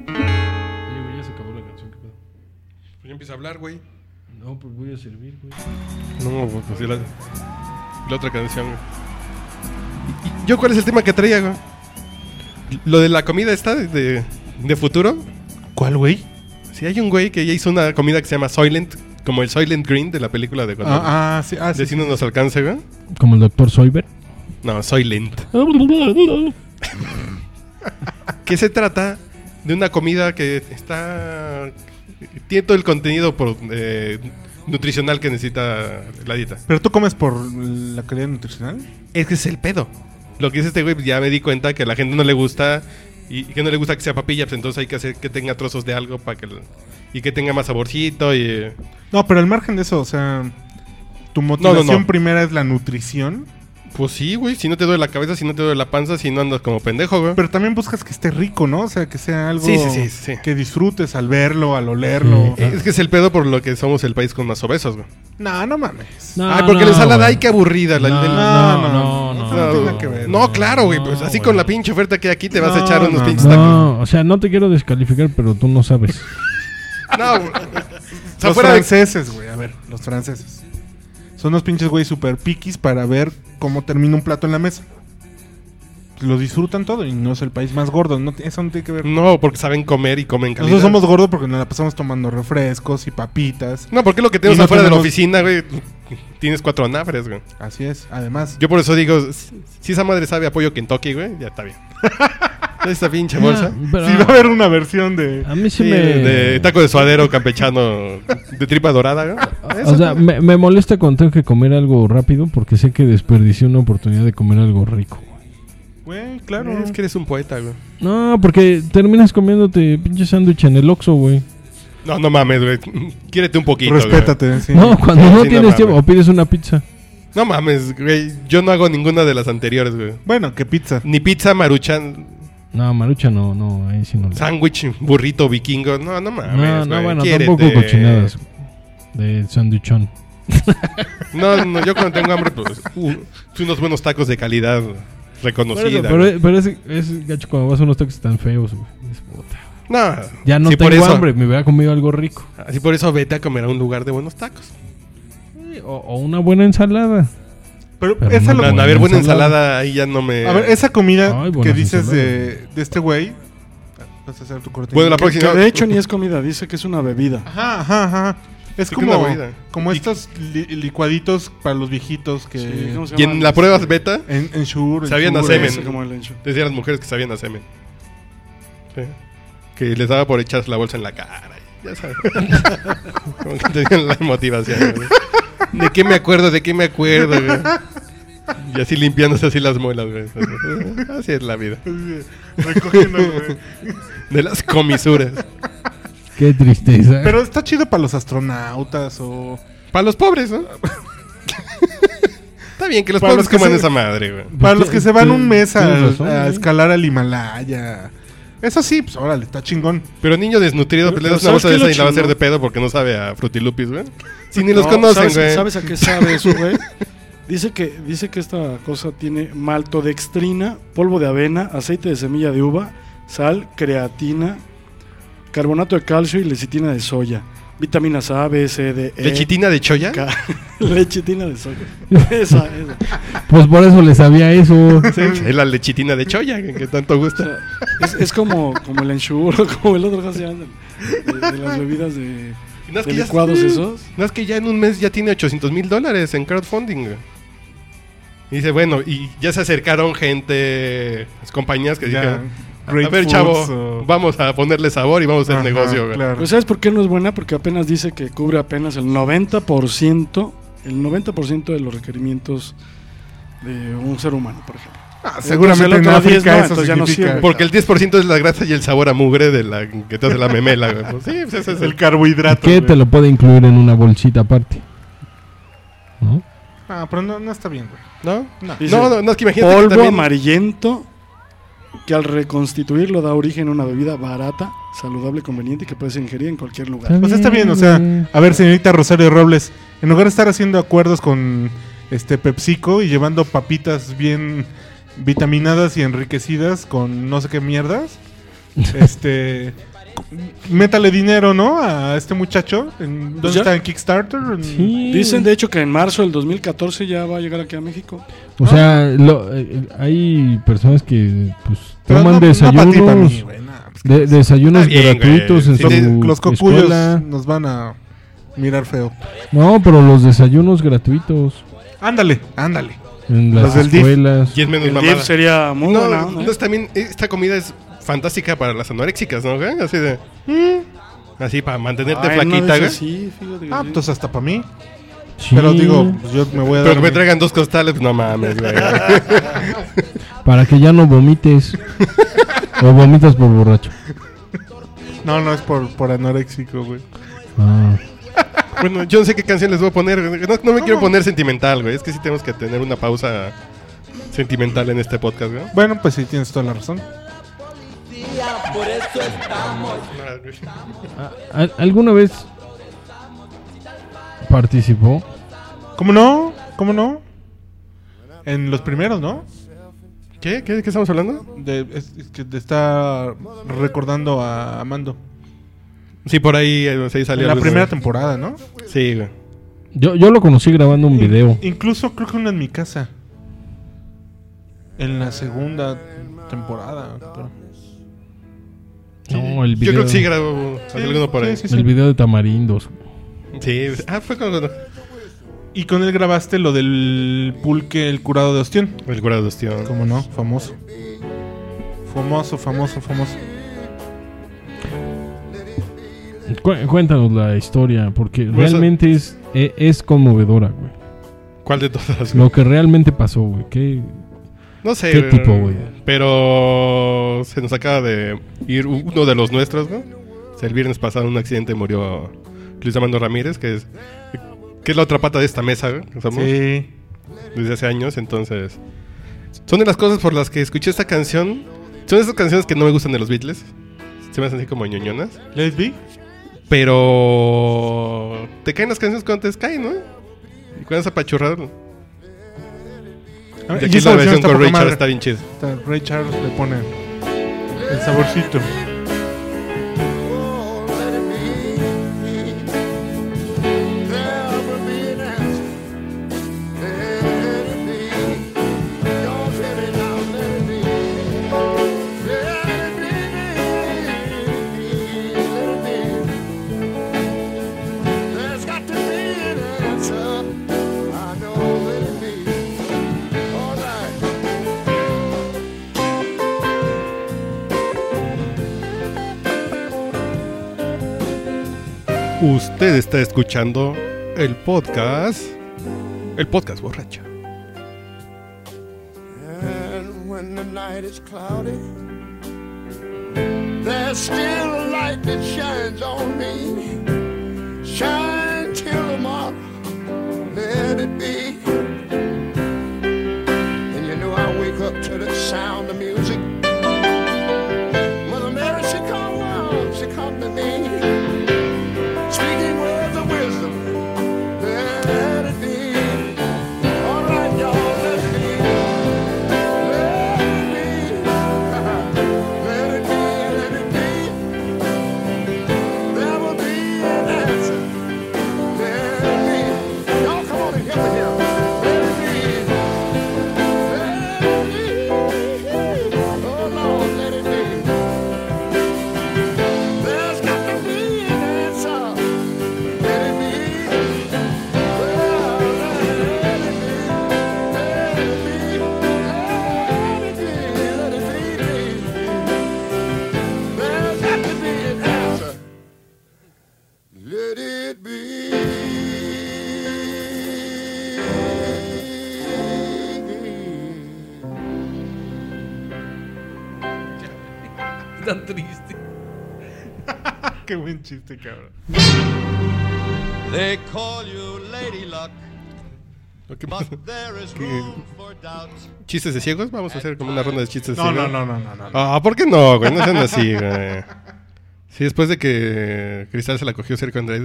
A: Ya se acabó la canción, ¿qué pedo?
B: Pues ya empieza a hablar, güey.
A: No, pues voy a servir, güey.
B: No, pues así la, la otra canción, güey. ¿Y- y ¿Yo cuál es el tema que traía, güey? Lo de la comida está de, de futuro.
C: ¿Cuál, güey?
B: Sí, hay un güey que ya hizo una comida que se llama Soylent, como el Soylent Green de la película de cuando
C: Ah, ah, sí. Ah, sí.
B: de cine nos alcance, güey.
A: Como el doctor Soyber.
B: No, Soylent. que se trata de una comida que está tiene todo el contenido por, eh, nutricional que necesita la dieta.
C: ¿Pero tú comes por la calidad nutricional?
B: Es que es el pedo. Lo que dice este güey, ya me di cuenta que a la gente no le gusta y y que no le gusta que sea papilla, pues entonces hay que hacer que tenga trozos de algo para que lo- y que tenga más saborcito y eh,
C: No, pero al margen de eso, o sea, tu motivación
B: No, no, no.
C: primera es la nutrición,
B: pues sí, güey, si no te duele la cabeza, si no te duele la panza, si no andas como pendejo, güey.
C: pero también buscas que esté rico, ¿no? O sea, que sea algo
B: Sí, sí, sí, sí.
C: que disfrutes al verlo, al olerlo.
A: Sí.
B: Eh, Es que es el pedo por lo que somos el país con más obesos, güey.
C: No, no mames.
A: No,
B: Ay, Ah, porque la
A: no,
B: ensalada,
A: güey.
B: ay, qué aburrida. la-
A: no,
B: el-
A: no, no,
C: no,
A: no,
C: no,
B: No,
C: tiene
B: güey.
C: que ver.
B: No, claro, güey. Pues
A: No,
B: así con la
A: güey.
B: pinche oferta que hay aquí te vas a
C: No,
B: echar unos
C: no,
B: pinches tacos.
A: No, o sea, no te quiero descalificar, pero tú no sabes.
B: No, güey. O sea,
C: Los
B: fuera de-
C: franceses, güey, a ver, los franceses. Son unos pinches güey super piquis para ver cómo termina un plato en la mesa. Lo disfrutan todo y no es el país más gordo, no, ti- eso no tiene que ver.
B: No, porque saben comer y comen calidad.
C: Nosotros somos gordos porque nos la pasamos tomando refrescos y papitas.
B: No, porque lo que tenemos
C: Y no
B: afuera de la
C: tenemos-
B: oficina, güey. tienes cuatro anafres, güey.
C: Así es. Además,
B: Yo por eso digo, si esa madre sabe apoyo Kentucky, güey, ya está bien. Esta pinche bolsa.
A: Ah, pero
C: sí va a haber una versión de.
A: a mí sí,
B: Sí,
A: me...
B: de taco de suadero campechano de tripa dorada, güey. Eso,
A: O sea, me, me molesta cuando tengo que comer algo rápido porque sé que desperdicié una oportunidad de comer algo rico.
C: Güey,
B: claro.
C: claro.
B: Es que eres un poeta, güey.
A: No, porque terminas comiéndote pinche sándwich en el Oxxo, güey.
B: No, no mames, güey. Quiérete un poquito. güey.
C: Respétate, sí.
A: No, cuando
B: Sí,
A: no
B: sí, no
A: tienes tiempo,
B: mames.
A: o pides una pizza.
B: No mames, güey. Yo no hago ninguna de las anteriores, güey.
C: Bueno, que pizza.
B: Ni pizza, maruchan,
A: No, marucha no, no, ahí sí no. le-
B: sándwich, burrito, vikingo. No, no mames.
A: No, no,
B: güey.
A: bueno,
B: Quiérete.
A: tampoco cochinadas de sándwichón.
B: No, no, yo cuando tengo hambre, pues, uh, unos buenos tacos de calidad reconocida.
A: Pero,
B: güey.
A: pero, pero es, es gacho cuando vas a unos tacos tan feos, güey. Es puta.
B: no,
A: Ya no
B: si por
A: tengo
B: eso,
A: hambre, me hubiera comido algo rico.
B: Si por eso vete a comer a un lugar de buenos tacos.
A: O, o una buena ensalada.
C: Pero,
A: Pero
C: esa
A: no,
B: No,
C: lo-
A: no.
B: a ver,
A: buena
B: buena ensalada, ahí ya no me.
C: A ver, esa comida
A: Ay,
C: que
A: buenas
C: dices de, de este güey. Vas a hacer tu corte.
B: Bueno, la próxima.
D: Que de hecho ni es comida, dice que es una bebida.
C: Ajá, ajá, ajá. Es
B: Sí, que una
C: como,
B: bebida.
C: como
B: Y-
C: estos li- licuaditos para los viejitos que.
D: Sí, ¿cómo se
B: Y
D: llama?
B: en la prueba beta,
C: en, en Shure. en
B: Sabían
C: Shure,
B: hacer semen.
D: Ese como el encho.
B: decían las mujeres que sabían a semen. Sí. Que les daba por echarse la bolsa en la cara. y Ya sabes. Como que tenían la motivación. güey. ¿De qué me acuerdo? ¿De qué me acuerdo? güey? Y así limpiándose así las muelas, güey. Así es la vida.
C: recogiendo, güey.
B: De las comisuras.
A: Qué tristeza.
C: Pero está chido para los astronautas o.
D: Pues
B: Para los pobres, ¿no? Está bien que los
C: Para
B: pobres
C: los que
B: coman
C: se-
B: esa madre, güey.
C: Para los que se van
A: Tú-
C: un mes
A: tienes
C: al-
A: razón,
C: a
A: ¿eh?
C: escalar al Himalaya. Eso sí, pues órale, está chingón.
B: Pero niño desnutrido,
D: Pero-
B: pues, le das
D: pero
B: una bolsa de
D: ¿sabes
B: esa
D: qué es
B: y
D: lo
B: la va a hacer
D: chingón?
B: de pedo porque no sabe a Frutilupis, güey. Si ni los
D: No,
B: conocen,
D: ¿sabes-
B: güey.
D: ¿Sabes a qué sabe eso, güey? Dice que, dice que esta cosa tiene maltodextrina, polvo de avena, aceite de semilla de uva, sal, creatina, carbonato de calcio y lecitina de soya. Vitaminas A, B, C, D,
C: Eh,
D: E.
B: ¿Lechitina de choya?
D: K. Lechitina de soya. Esa, esa.
A: Pues por eso le sabía eso.
B: Es la lechitina de choya, que, que tanto
D: O
B: gusta.
D: sea, es, es como, como el enchuro, como el otro que se llama, de, de las bebidas de,
B: No es,
D: de
B: que ya,
D: licuados esos.
B: no es que ya en un mes ya tiene 800 mil dólares en crowdfunding, güey. Y dice, bueno, y ya se acercaron gente, las compañías que
C: Ya,
B: dijeron,
C: Great
B: a ver,
C: Foods
B: chavo,
C: o-
B: vamos a ponerle sabor y vamos a hacer
C: Ajá,
B: negocio, güey.
C: claro.
D: Pues ¿sabes por qué no es buena? Porque apenas dice que cubre apenas el 90%, el 90% de los requerimientos de un ser humano, por ejemplo.
C: Ah, seguramente
D: Entonces,
C: en
D: el otro diez,
C: África
D: no,
C: eso
D: entonces ya no
C: significa
D: sirve.
B: Porque el 10% es la grasa y el sabor a mugre de la que te hace la memela, güey. Pues sí, pues ese es
C: el
B: el...
C: carbohidrato.
A: ¿Qué
C: güey.
A: te lo puede incluir en una bolsita aparte? ¿No?
C: Ah, pero no, no está bien, güey.
B: ¿No?
C: No.
D: Dice,
B: no, no, no, es que imagínate
D: Polvo
B: que también-
D: amarillento que al reconstituirlo da origen a una bebida barata, saludable, conveniente y que puedes ingerir en cualquier lugar.
C: Pues está bien, o sea,
A: güey.
C: a ver, señorita Rosario Robles, en lugar de estar haciendo acuerdos con este PepsiCo y llevando papitas bien vitaminadas y enriquecidas con no sé qué mierdas, este cu- métale dinero, ¿no? A este muchacho, ¿en, ¿dónde
D: ya.
C: está en Kickstarter? En-
A: Sí.
D: Dicen de hecho que en marzo del 2014 ya va a llegar aquí a México.
A: O
C: Ah.
A: sea, lo- eh, hay personas que pues,
C: Pero
A: toman
C: no- no pa'
A: desayunos,
C: ti, pa' mí, güey, no, pues,
A: de- desayunos
B: Está bien, güey.
A: gratuitos en
B: Sí,
A: su
B: sí,
C: los- los cocuyos
A: escuela.
C: nos van a mirar feo.
A: No, pero los desayunos gratuitos
C: Ándale, ándale.
A: en las
C: Los del DIF.
A: escuelas.
B: Y es menos
D: El
B: mamada.
D: DIF sería muy
B: No,
D: buena
B: no,
D: onda, ¿eh?
B: es también esta comida es fantástica para las anoréxicas, ¿no? güey? Así de mm, así para mantenerte
D: Ay, no,
B: flaquita, ¿eh?
D: dice,
B: güey.
D: sí, fíjate que
C: Ah,
D: sí.
C: pues hasta para mí.
A: Sí,
C: Pero digo, pues, yo me voy a dar
B: Pero que me
C: mi-
B: traigan dos costales, pues, no mames, güey.
A: para que ya no vomites. o vomitas por borracho.
C: No, no es por, por anoréxico, güey.
A: Ah,
B: bueno, yo no sé qué canción les voy a poner. güey. No, no me quiero poner sentimental, güey. Es que sí tenemos que tener una pausa sentimental en este podcast, güey.
C: Bueno, pues sí, tienes toda la razón.
A: Ah, ¿al- ¿Alguna vez participó?
C: ¿Cómo no? ¿Cómo no? En los primeros, ¿no?
B: ¿Qué? ¿Qué, qué estamos hablando?
C: De, es- es que te está recordando a Amando.
B: Sí, por ahí, eh, sí salió.
C: En la
B: algo,
C: primera
B: güey.
C: temporada, ¿no?
B: Sí, güey.
A: Yo, yo lo conocí grabando un video.
C: In- incluso creo que una en mi casa. En la segunda temporada. pero-
A: No, el
B: Yo
A: video.
B: creo que sí grabó salió alguno por ahí. pues,
C: Sí, sí, sí.
A: El video de Tamarindos.
B: Sí, ah, fue cuando.
C: Y con él grabaste lo del pulque, el curado de ostión.
B: El curado de ostión.
C: ¿Cómo no? Famoso. Famoso, famoso, famoso.
A: Cu- cuéntanos la historia, porque
B: Pues,
A: realmente es, e- es conmovedora, güey.
B: ¿Cuál de todas?
A: Lo que realmente pasó, güey. que-
B: No sé.
A: ¿Qué tipo, güey?
B: Pero se nos acaba de ir u- uno de los nuestros, ¿no? O sea, el viernes pasado en un accidente murió Luis Armando Ramírez, que es, que es la otra pata de esta mesa, ¿eh? que somos
C: Sí.
B: desde hace años. Entonces, son de las cosas por las que escuché esta canción. Son esas canciones que no me gustan de los Beatles. Se me hacen así como ñoñonas.
C: ¿Let's be?
B: Pero te caen las canciones cuando te caen, ¿no? Y cuando es apachurrado.
C: Ah,
B: Y
C: y
B: aquí
C: esta
B: la versión con
C: poca
B: Richard
C: madre.
B: está bien chida.
C: Hasta Ray Charles le pone el saborcito.
B: Usted está escuchando el podcast. El podcast borracho.
H: And when the night is cloudy, there's still a light that shines on me. Shine till tomorrow, let it be. And you know I wake up to the sound of music. Mother Mary, she come round, she come to me. Speaking words of wisdom, let it be. All right, y'all, let it be. There's got to be an answer. Let it be.
C: Tan triste. Qué buen chiste, cabrón.
I: They call you Lady Luck,
B: Ok,
I: but there is room for doubt.
B: ¿Chistes de ciegos? Vamos a hacer como una ronda de chistes de
C: No, no,
B: ciegos.
C: no, no, no, no. no.
B: Ah, ¿por qué no, güey? No sean así, güey. Sí, después de que Cristal se la cogió cerca Andrés,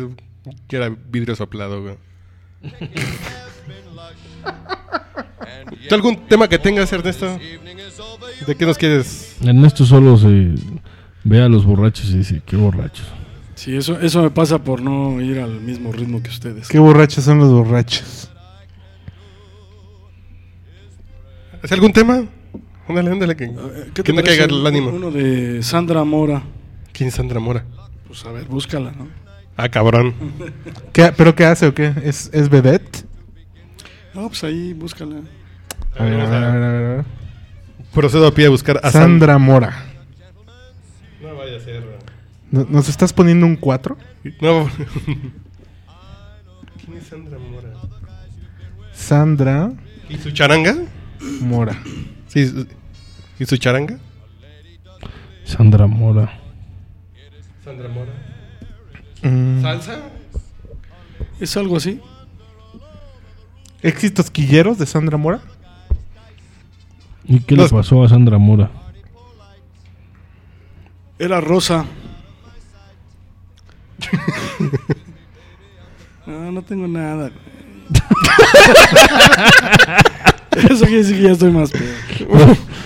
B: que era vidrio soplado, güey.
I: Has been lush. And
B: ¿Tú
I: yet
B: algún tema que tengas, Ernesto?
I: this evening is over.
B: ¿De qué nos quieres?
A: Ernesto solo se ve a los borrachos y dice, qué borrachos.
D: Sí, eso, eso me pasa por no ir al mismo ritmo que ustedes.
C: Qué borrachos son los borrachos.
B: ¿Hace algún tema? Ándale, ándale. Que...
D: Eh,
B: Que no
D: parece
B: caiga el ánimo.
D: Uno de Sandra Mora.
B: ¿Quién es Sandra Mora?
D: Pues a ver, búscala, ¿no?
B: Ah, cabrón.
C: ¿Qué- ¿Pero qué hace o qué? ¿Es, es vedette?
D: No, pues ahí, búscala.
C: A ver, a ver, a ver. a ver, a ver.
B: Procedo a pie a buscar a Sandra.
C: Sandra Mora.
B: No vaya a ser, güey.
C: ¿No- ¿Nos estás poniendo un 4?
B: No. ¿Quién es Sandra Mora?
C: Sandra
B: ¿Y su charanga?
C: Mora.
B: Sí. su- ¿Y su charanga?
A: Sandra Mora.
B: Sandra Mora.
C: Mm.
B: ¿Salsa?
D: ¿Es algo así?
C: ¿Éxitos quilleros de Sandra Mora?
A: ¿Y qué
B: Los-
A: le pasó a Sandra Mora?
D: Era rosa. no, no tengo nada. güey. Eso quiere decir que ya estoy más peor.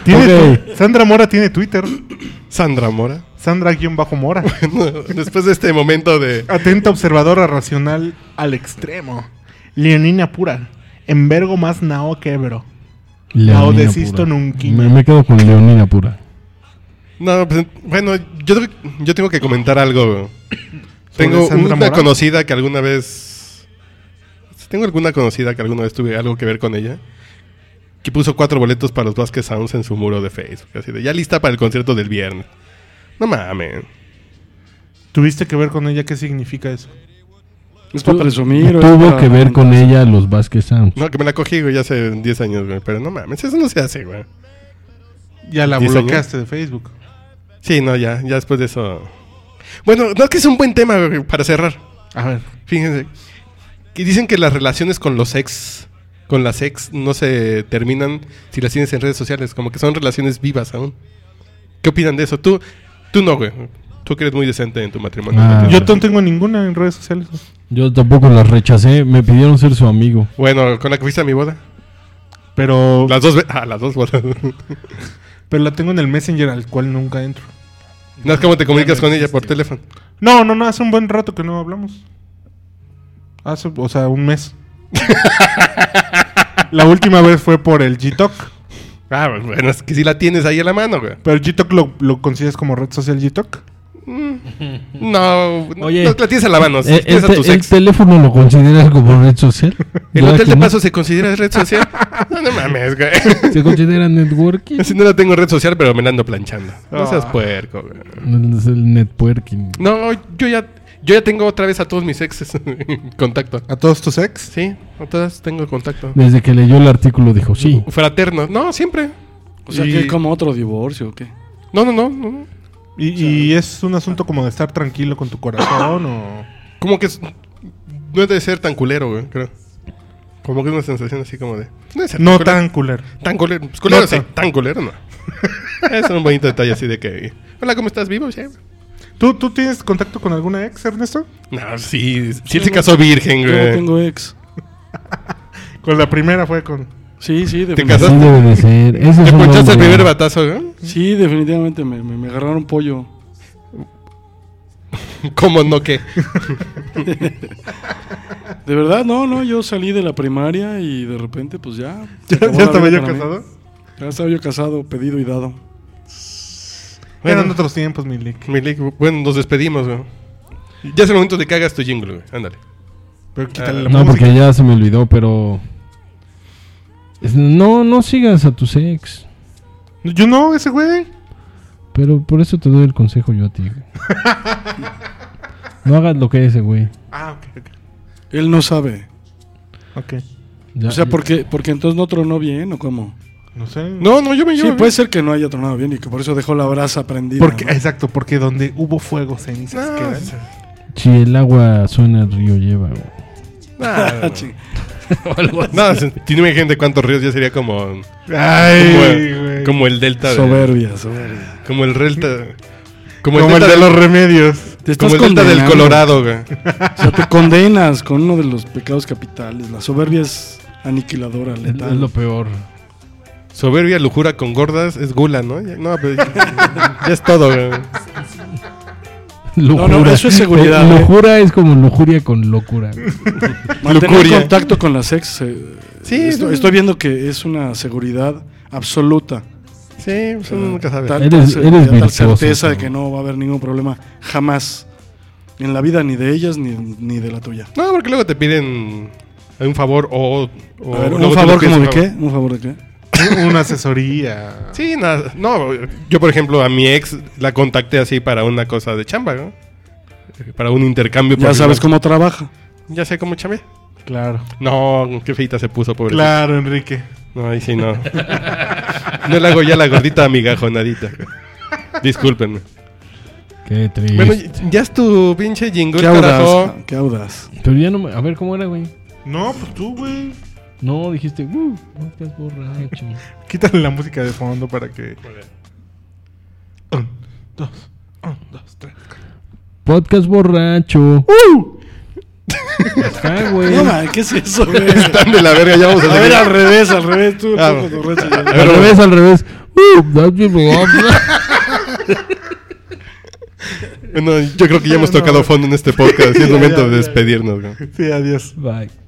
C: Tiene
A: Ok.
C: tu- Sandra Mora tiene Twitter.
B: Sandra Mora.
C: Sandra-Mora.
B: Después de este momento de.
C: Atenta observadora racional al extremo. Leonina pura. Envergo más nao que Ebro. desisto nunquín.
A: Me, me quedo con Leonina Pura.
B: No, pues, bueno, yo, tengo- yo tengo que comentar algo.
C: ¿Sobre
B: Tengo
C: Sandra
B: una
C: Mora?
B: conocida que alguna vez Tengo alguna conocida que alguna vez tuve algo que ver con ella. Que puso cuatro boletos para los Vasquez Sounds en su muro de Facebook. Así de, ya lista para el concierto del viernes. No mames.
C: ¿Tuviste que ver con ella? ¿Qué significa eso?
D: Es para presumir. o es
A: Tuvo
D: para
A: que ver con
D: comentar?
A: ella los Vázquez Sounds.
B: No, que me la cogí, güey, ya hace 10 años, güey. Pero no mames, eso no se hace, güey.
C: Ya la
B: ¿Sí, señor?
C: bloqueaste de Facebook.
B: Sí, no, ya, ya después de eso. Bueno, no, que es un buen tema güey, para cerrar.
C: A ver.
B: Fíjense. Que dicen que las relaciones con los ex, con las ex, no se terminan si las tienes en redes sociales, como que son relaciones vivas aún. ¿Qué opinan de eso? Tú, tú no, güey. Tú que eres muy decente en tu matrimonio.
A: Ah.
C: Yo no tengo ninguna en redes sociales.
A: Yo tampoco las rechacé, me pidieron ser su amigo.
B: Bueno, con la que fuiste a mi boda.
A: Oh.
C: Pero,
B: Las dos, ve- ah, las dos bodas.
C: pero la tengo en el Messenger al cual nunca entro.
B: no es como te comunicas con ella por teléfono.
C: No, no, no. Hace un buen rato que no hablamos. Hace, o sea, un mes. la última vez fue por el G-Talk.
B: Ah, bueno, es que si la tienes ahí a la mano, güey.
C: ¿Pero el G-Talk lo, lo consideras como red social G-Talk?
B: No, no-
A: Oye.
B: no la tienes a la mano.
A: Eh,
B: tienes
A: el,
B: a
A: te-
B: tus
A: el
B: ex.
A: teléfono lo consideras como red social.
B: ¿El
A: ¿Verdad
B: hotel
A: que
B: de
A: no?
B: paso se considera red social? no, no mames, güey.
A: ¿Se considera networking?
B: Si no la tengo en red social, pero me la ando planchando. No seas
C: Ah.
B: puerco, güey.
A: Es el networking.
B: No, yo ya, yo ya tengo otra vez a todos mis exes en contacto.
C: ¿A todos tus ex?
B: Sí, a todas tengo contacto.
A: Desde que leyó el artículo dijo, sí.
B: Fraterno. No, siempre.
D: O sea,
B: Y-
D: que es como otro divorcio o qué.
B: No, no, no, no.
C: Y, y es un asunto como de estar tranquilo con tu corazón o...
B: Como que es- no es de ser tan culero, güey, creo. Como que es una sensación así como de... No, es ser
C: No
B: culero.
C: tan culero.
B: Tan culero. Pues culero,
C: No
B: sí.
C: tan.
B: Tan culero, no. es un bonito detalle así de que... Hola, ¿cómo estás? ¿Vivo? Sí.
C: ¿Tú, ¿Tú tienes contacto con alguna ex, Ernesto?
B: No, sí. Sí, él se casó virgen,
D: Yo no
B: güey.
D: tengo ex.
C: Con la primera fue con...
D: Sí, sí,
B: casas?
D: definitivamente.
A: Así debe de ser. Ese
B: Te
A: es un
B: ponchaste el
A: hombre.
B: primer batazo, güey.
D: Sí, definitivamente me, me, me agarraron pollo.
B: ¿Cómo no qué?
D: De verdad, no, no, yo salí de la primaria y de repente, pues ya. se
C: ¿Ya,
D: acabó
C: ya
D: la
C: estaba
D: vida
C: yo
D: para mí.
C: casado?
D: Ya estaba yo casado, pedido y dado.
B: Bueno.
C: Eran otros tiempos, mi lick.
B: Milik, bueno, nos despedimos, güey. Ya es el momento de que hagas tu jingle, güey. Ándale.
C: Pero quítale la
A: Ah, No,
C: música.
A: porque ya se me olvidó, pero... Es- No, no sigas a tus ex.
C: Yo no, ese güey.
A: Pero por eso te doy el consejo yo a ti. güey. No hagas lo que ese, güey.
C: Ah, ok,
D: Él no sabe.
C: ok. Ok.
A: Ya-
D: O sea, porque, porque entonces no tronó bien o cómo.
C: No sé.
B: No, no, yo me
D: Sí, pues.
B: llevo. bien.
D: puede ser que no haya tronado bien y que por eso dejó la brasa prendida.
C: Porque,
D: ¿no?
C: Exacto, porque donde hubo fuego, cenizas
B: No,
C: quedan.
B: sí.
A: Si el agua suena, el río lleva. güey.
B: Nah, no, no.
D: Ching.
B: No, si- si no me gente cuántos ríos ya sería como
C: Ay,
B: como,
C: güey.
B: como el delta de-
D: Soberbia, soberbia.
B: como el delta como
C: Como
B: el delta
C: el, de
B: del-
C: los remedios.
D: Te estás
B: como el delta del
D: condenando.
B: Colorado, güey.
D: O sea, te condenas con uno de los pecados capitales. La soberbia es aniquiladora,
A: Es,
D: letal.
A: es lo peor.
B: Soberbia, lujura con gordas es gula, ¿no? Ya, no, pero ya, ya es todo, güey.
A: Lujura.
D: eso es seguridad,
A: Eh,
D: güey.
A: Lujura es como lujuria con locura. güey.
D: Mantener
B: Lujuria.
D: contacto con las ex. eh,
B: Sí,
D: esto-
B: sí.
D: estoy viendo que es una seguridad absoluta.
B: Sí, pues uno nunca sabe.
D: Tal,
A: Eres-
D: tal
A: eres
D: seguridad, tal
A: virtuoso,
D: certeza de
A: cabrón.
D: que no va a haber ningún problema jamás. En la vida ni de ellas ni, ni de la tuya.
B: No, porque luego te piden un favor o, o
D: A ver,
B: luego
D: ¿Un
B: tú le
D: favor
B: pides
D: como
B: un
D: de
B: favor.
D: qué? ¿Un favor de qué?
C: Un- Una asesoría.
B: Sí, nada. No, yo por ejemplo a mi ex la contacté así para una cosa de chamba, ¿no? Eh, Para un intercambio.
D: Ya
B: por-
D: sabes cómo trabaja.
B: Ya sé cómo chambeé.
C: Claro.
B: No, qué feita se puso, pobre.
C: Claro, Enrique.
B: No, ahí sí no. no le hago ya la gordita amigajonadita. Discúlpenme.
A: Qué triste.
B: Bueno, ya es tu pinche jingle,
D: Qué audaz.
B: carajo.
D: Qué audaz.
A: Pero ya no me- A ver, ¿cómo era, güey?
C: No, pues tú, güey.
A: No, dijiste, uh, no estás borracho.
C: Quítale la música de fondo para que. Un, dos, un, dos, tres.
A: Podcast borracho. Ajá, güey.
D: ¡Uh! No, ma, ¿qué es eso? güey?
B: Están de la verga, ya vamos a
D: A ver,
B: seguir.
D: al revés, al revés. Tú,
B: Ah,
D: tú,
B: bueno.
D: borracho, ya.
A: Al revés, al revés. Uh, that's it, blah, blah.
B: Bueno, yo creo que ya hemos tocado fondo en este podcast. y es
C: Ya,
B: momento
C: ya,
B: de
C: ya.
B: despedirnos. güey.
C: Sí, adiós.
A: Bye.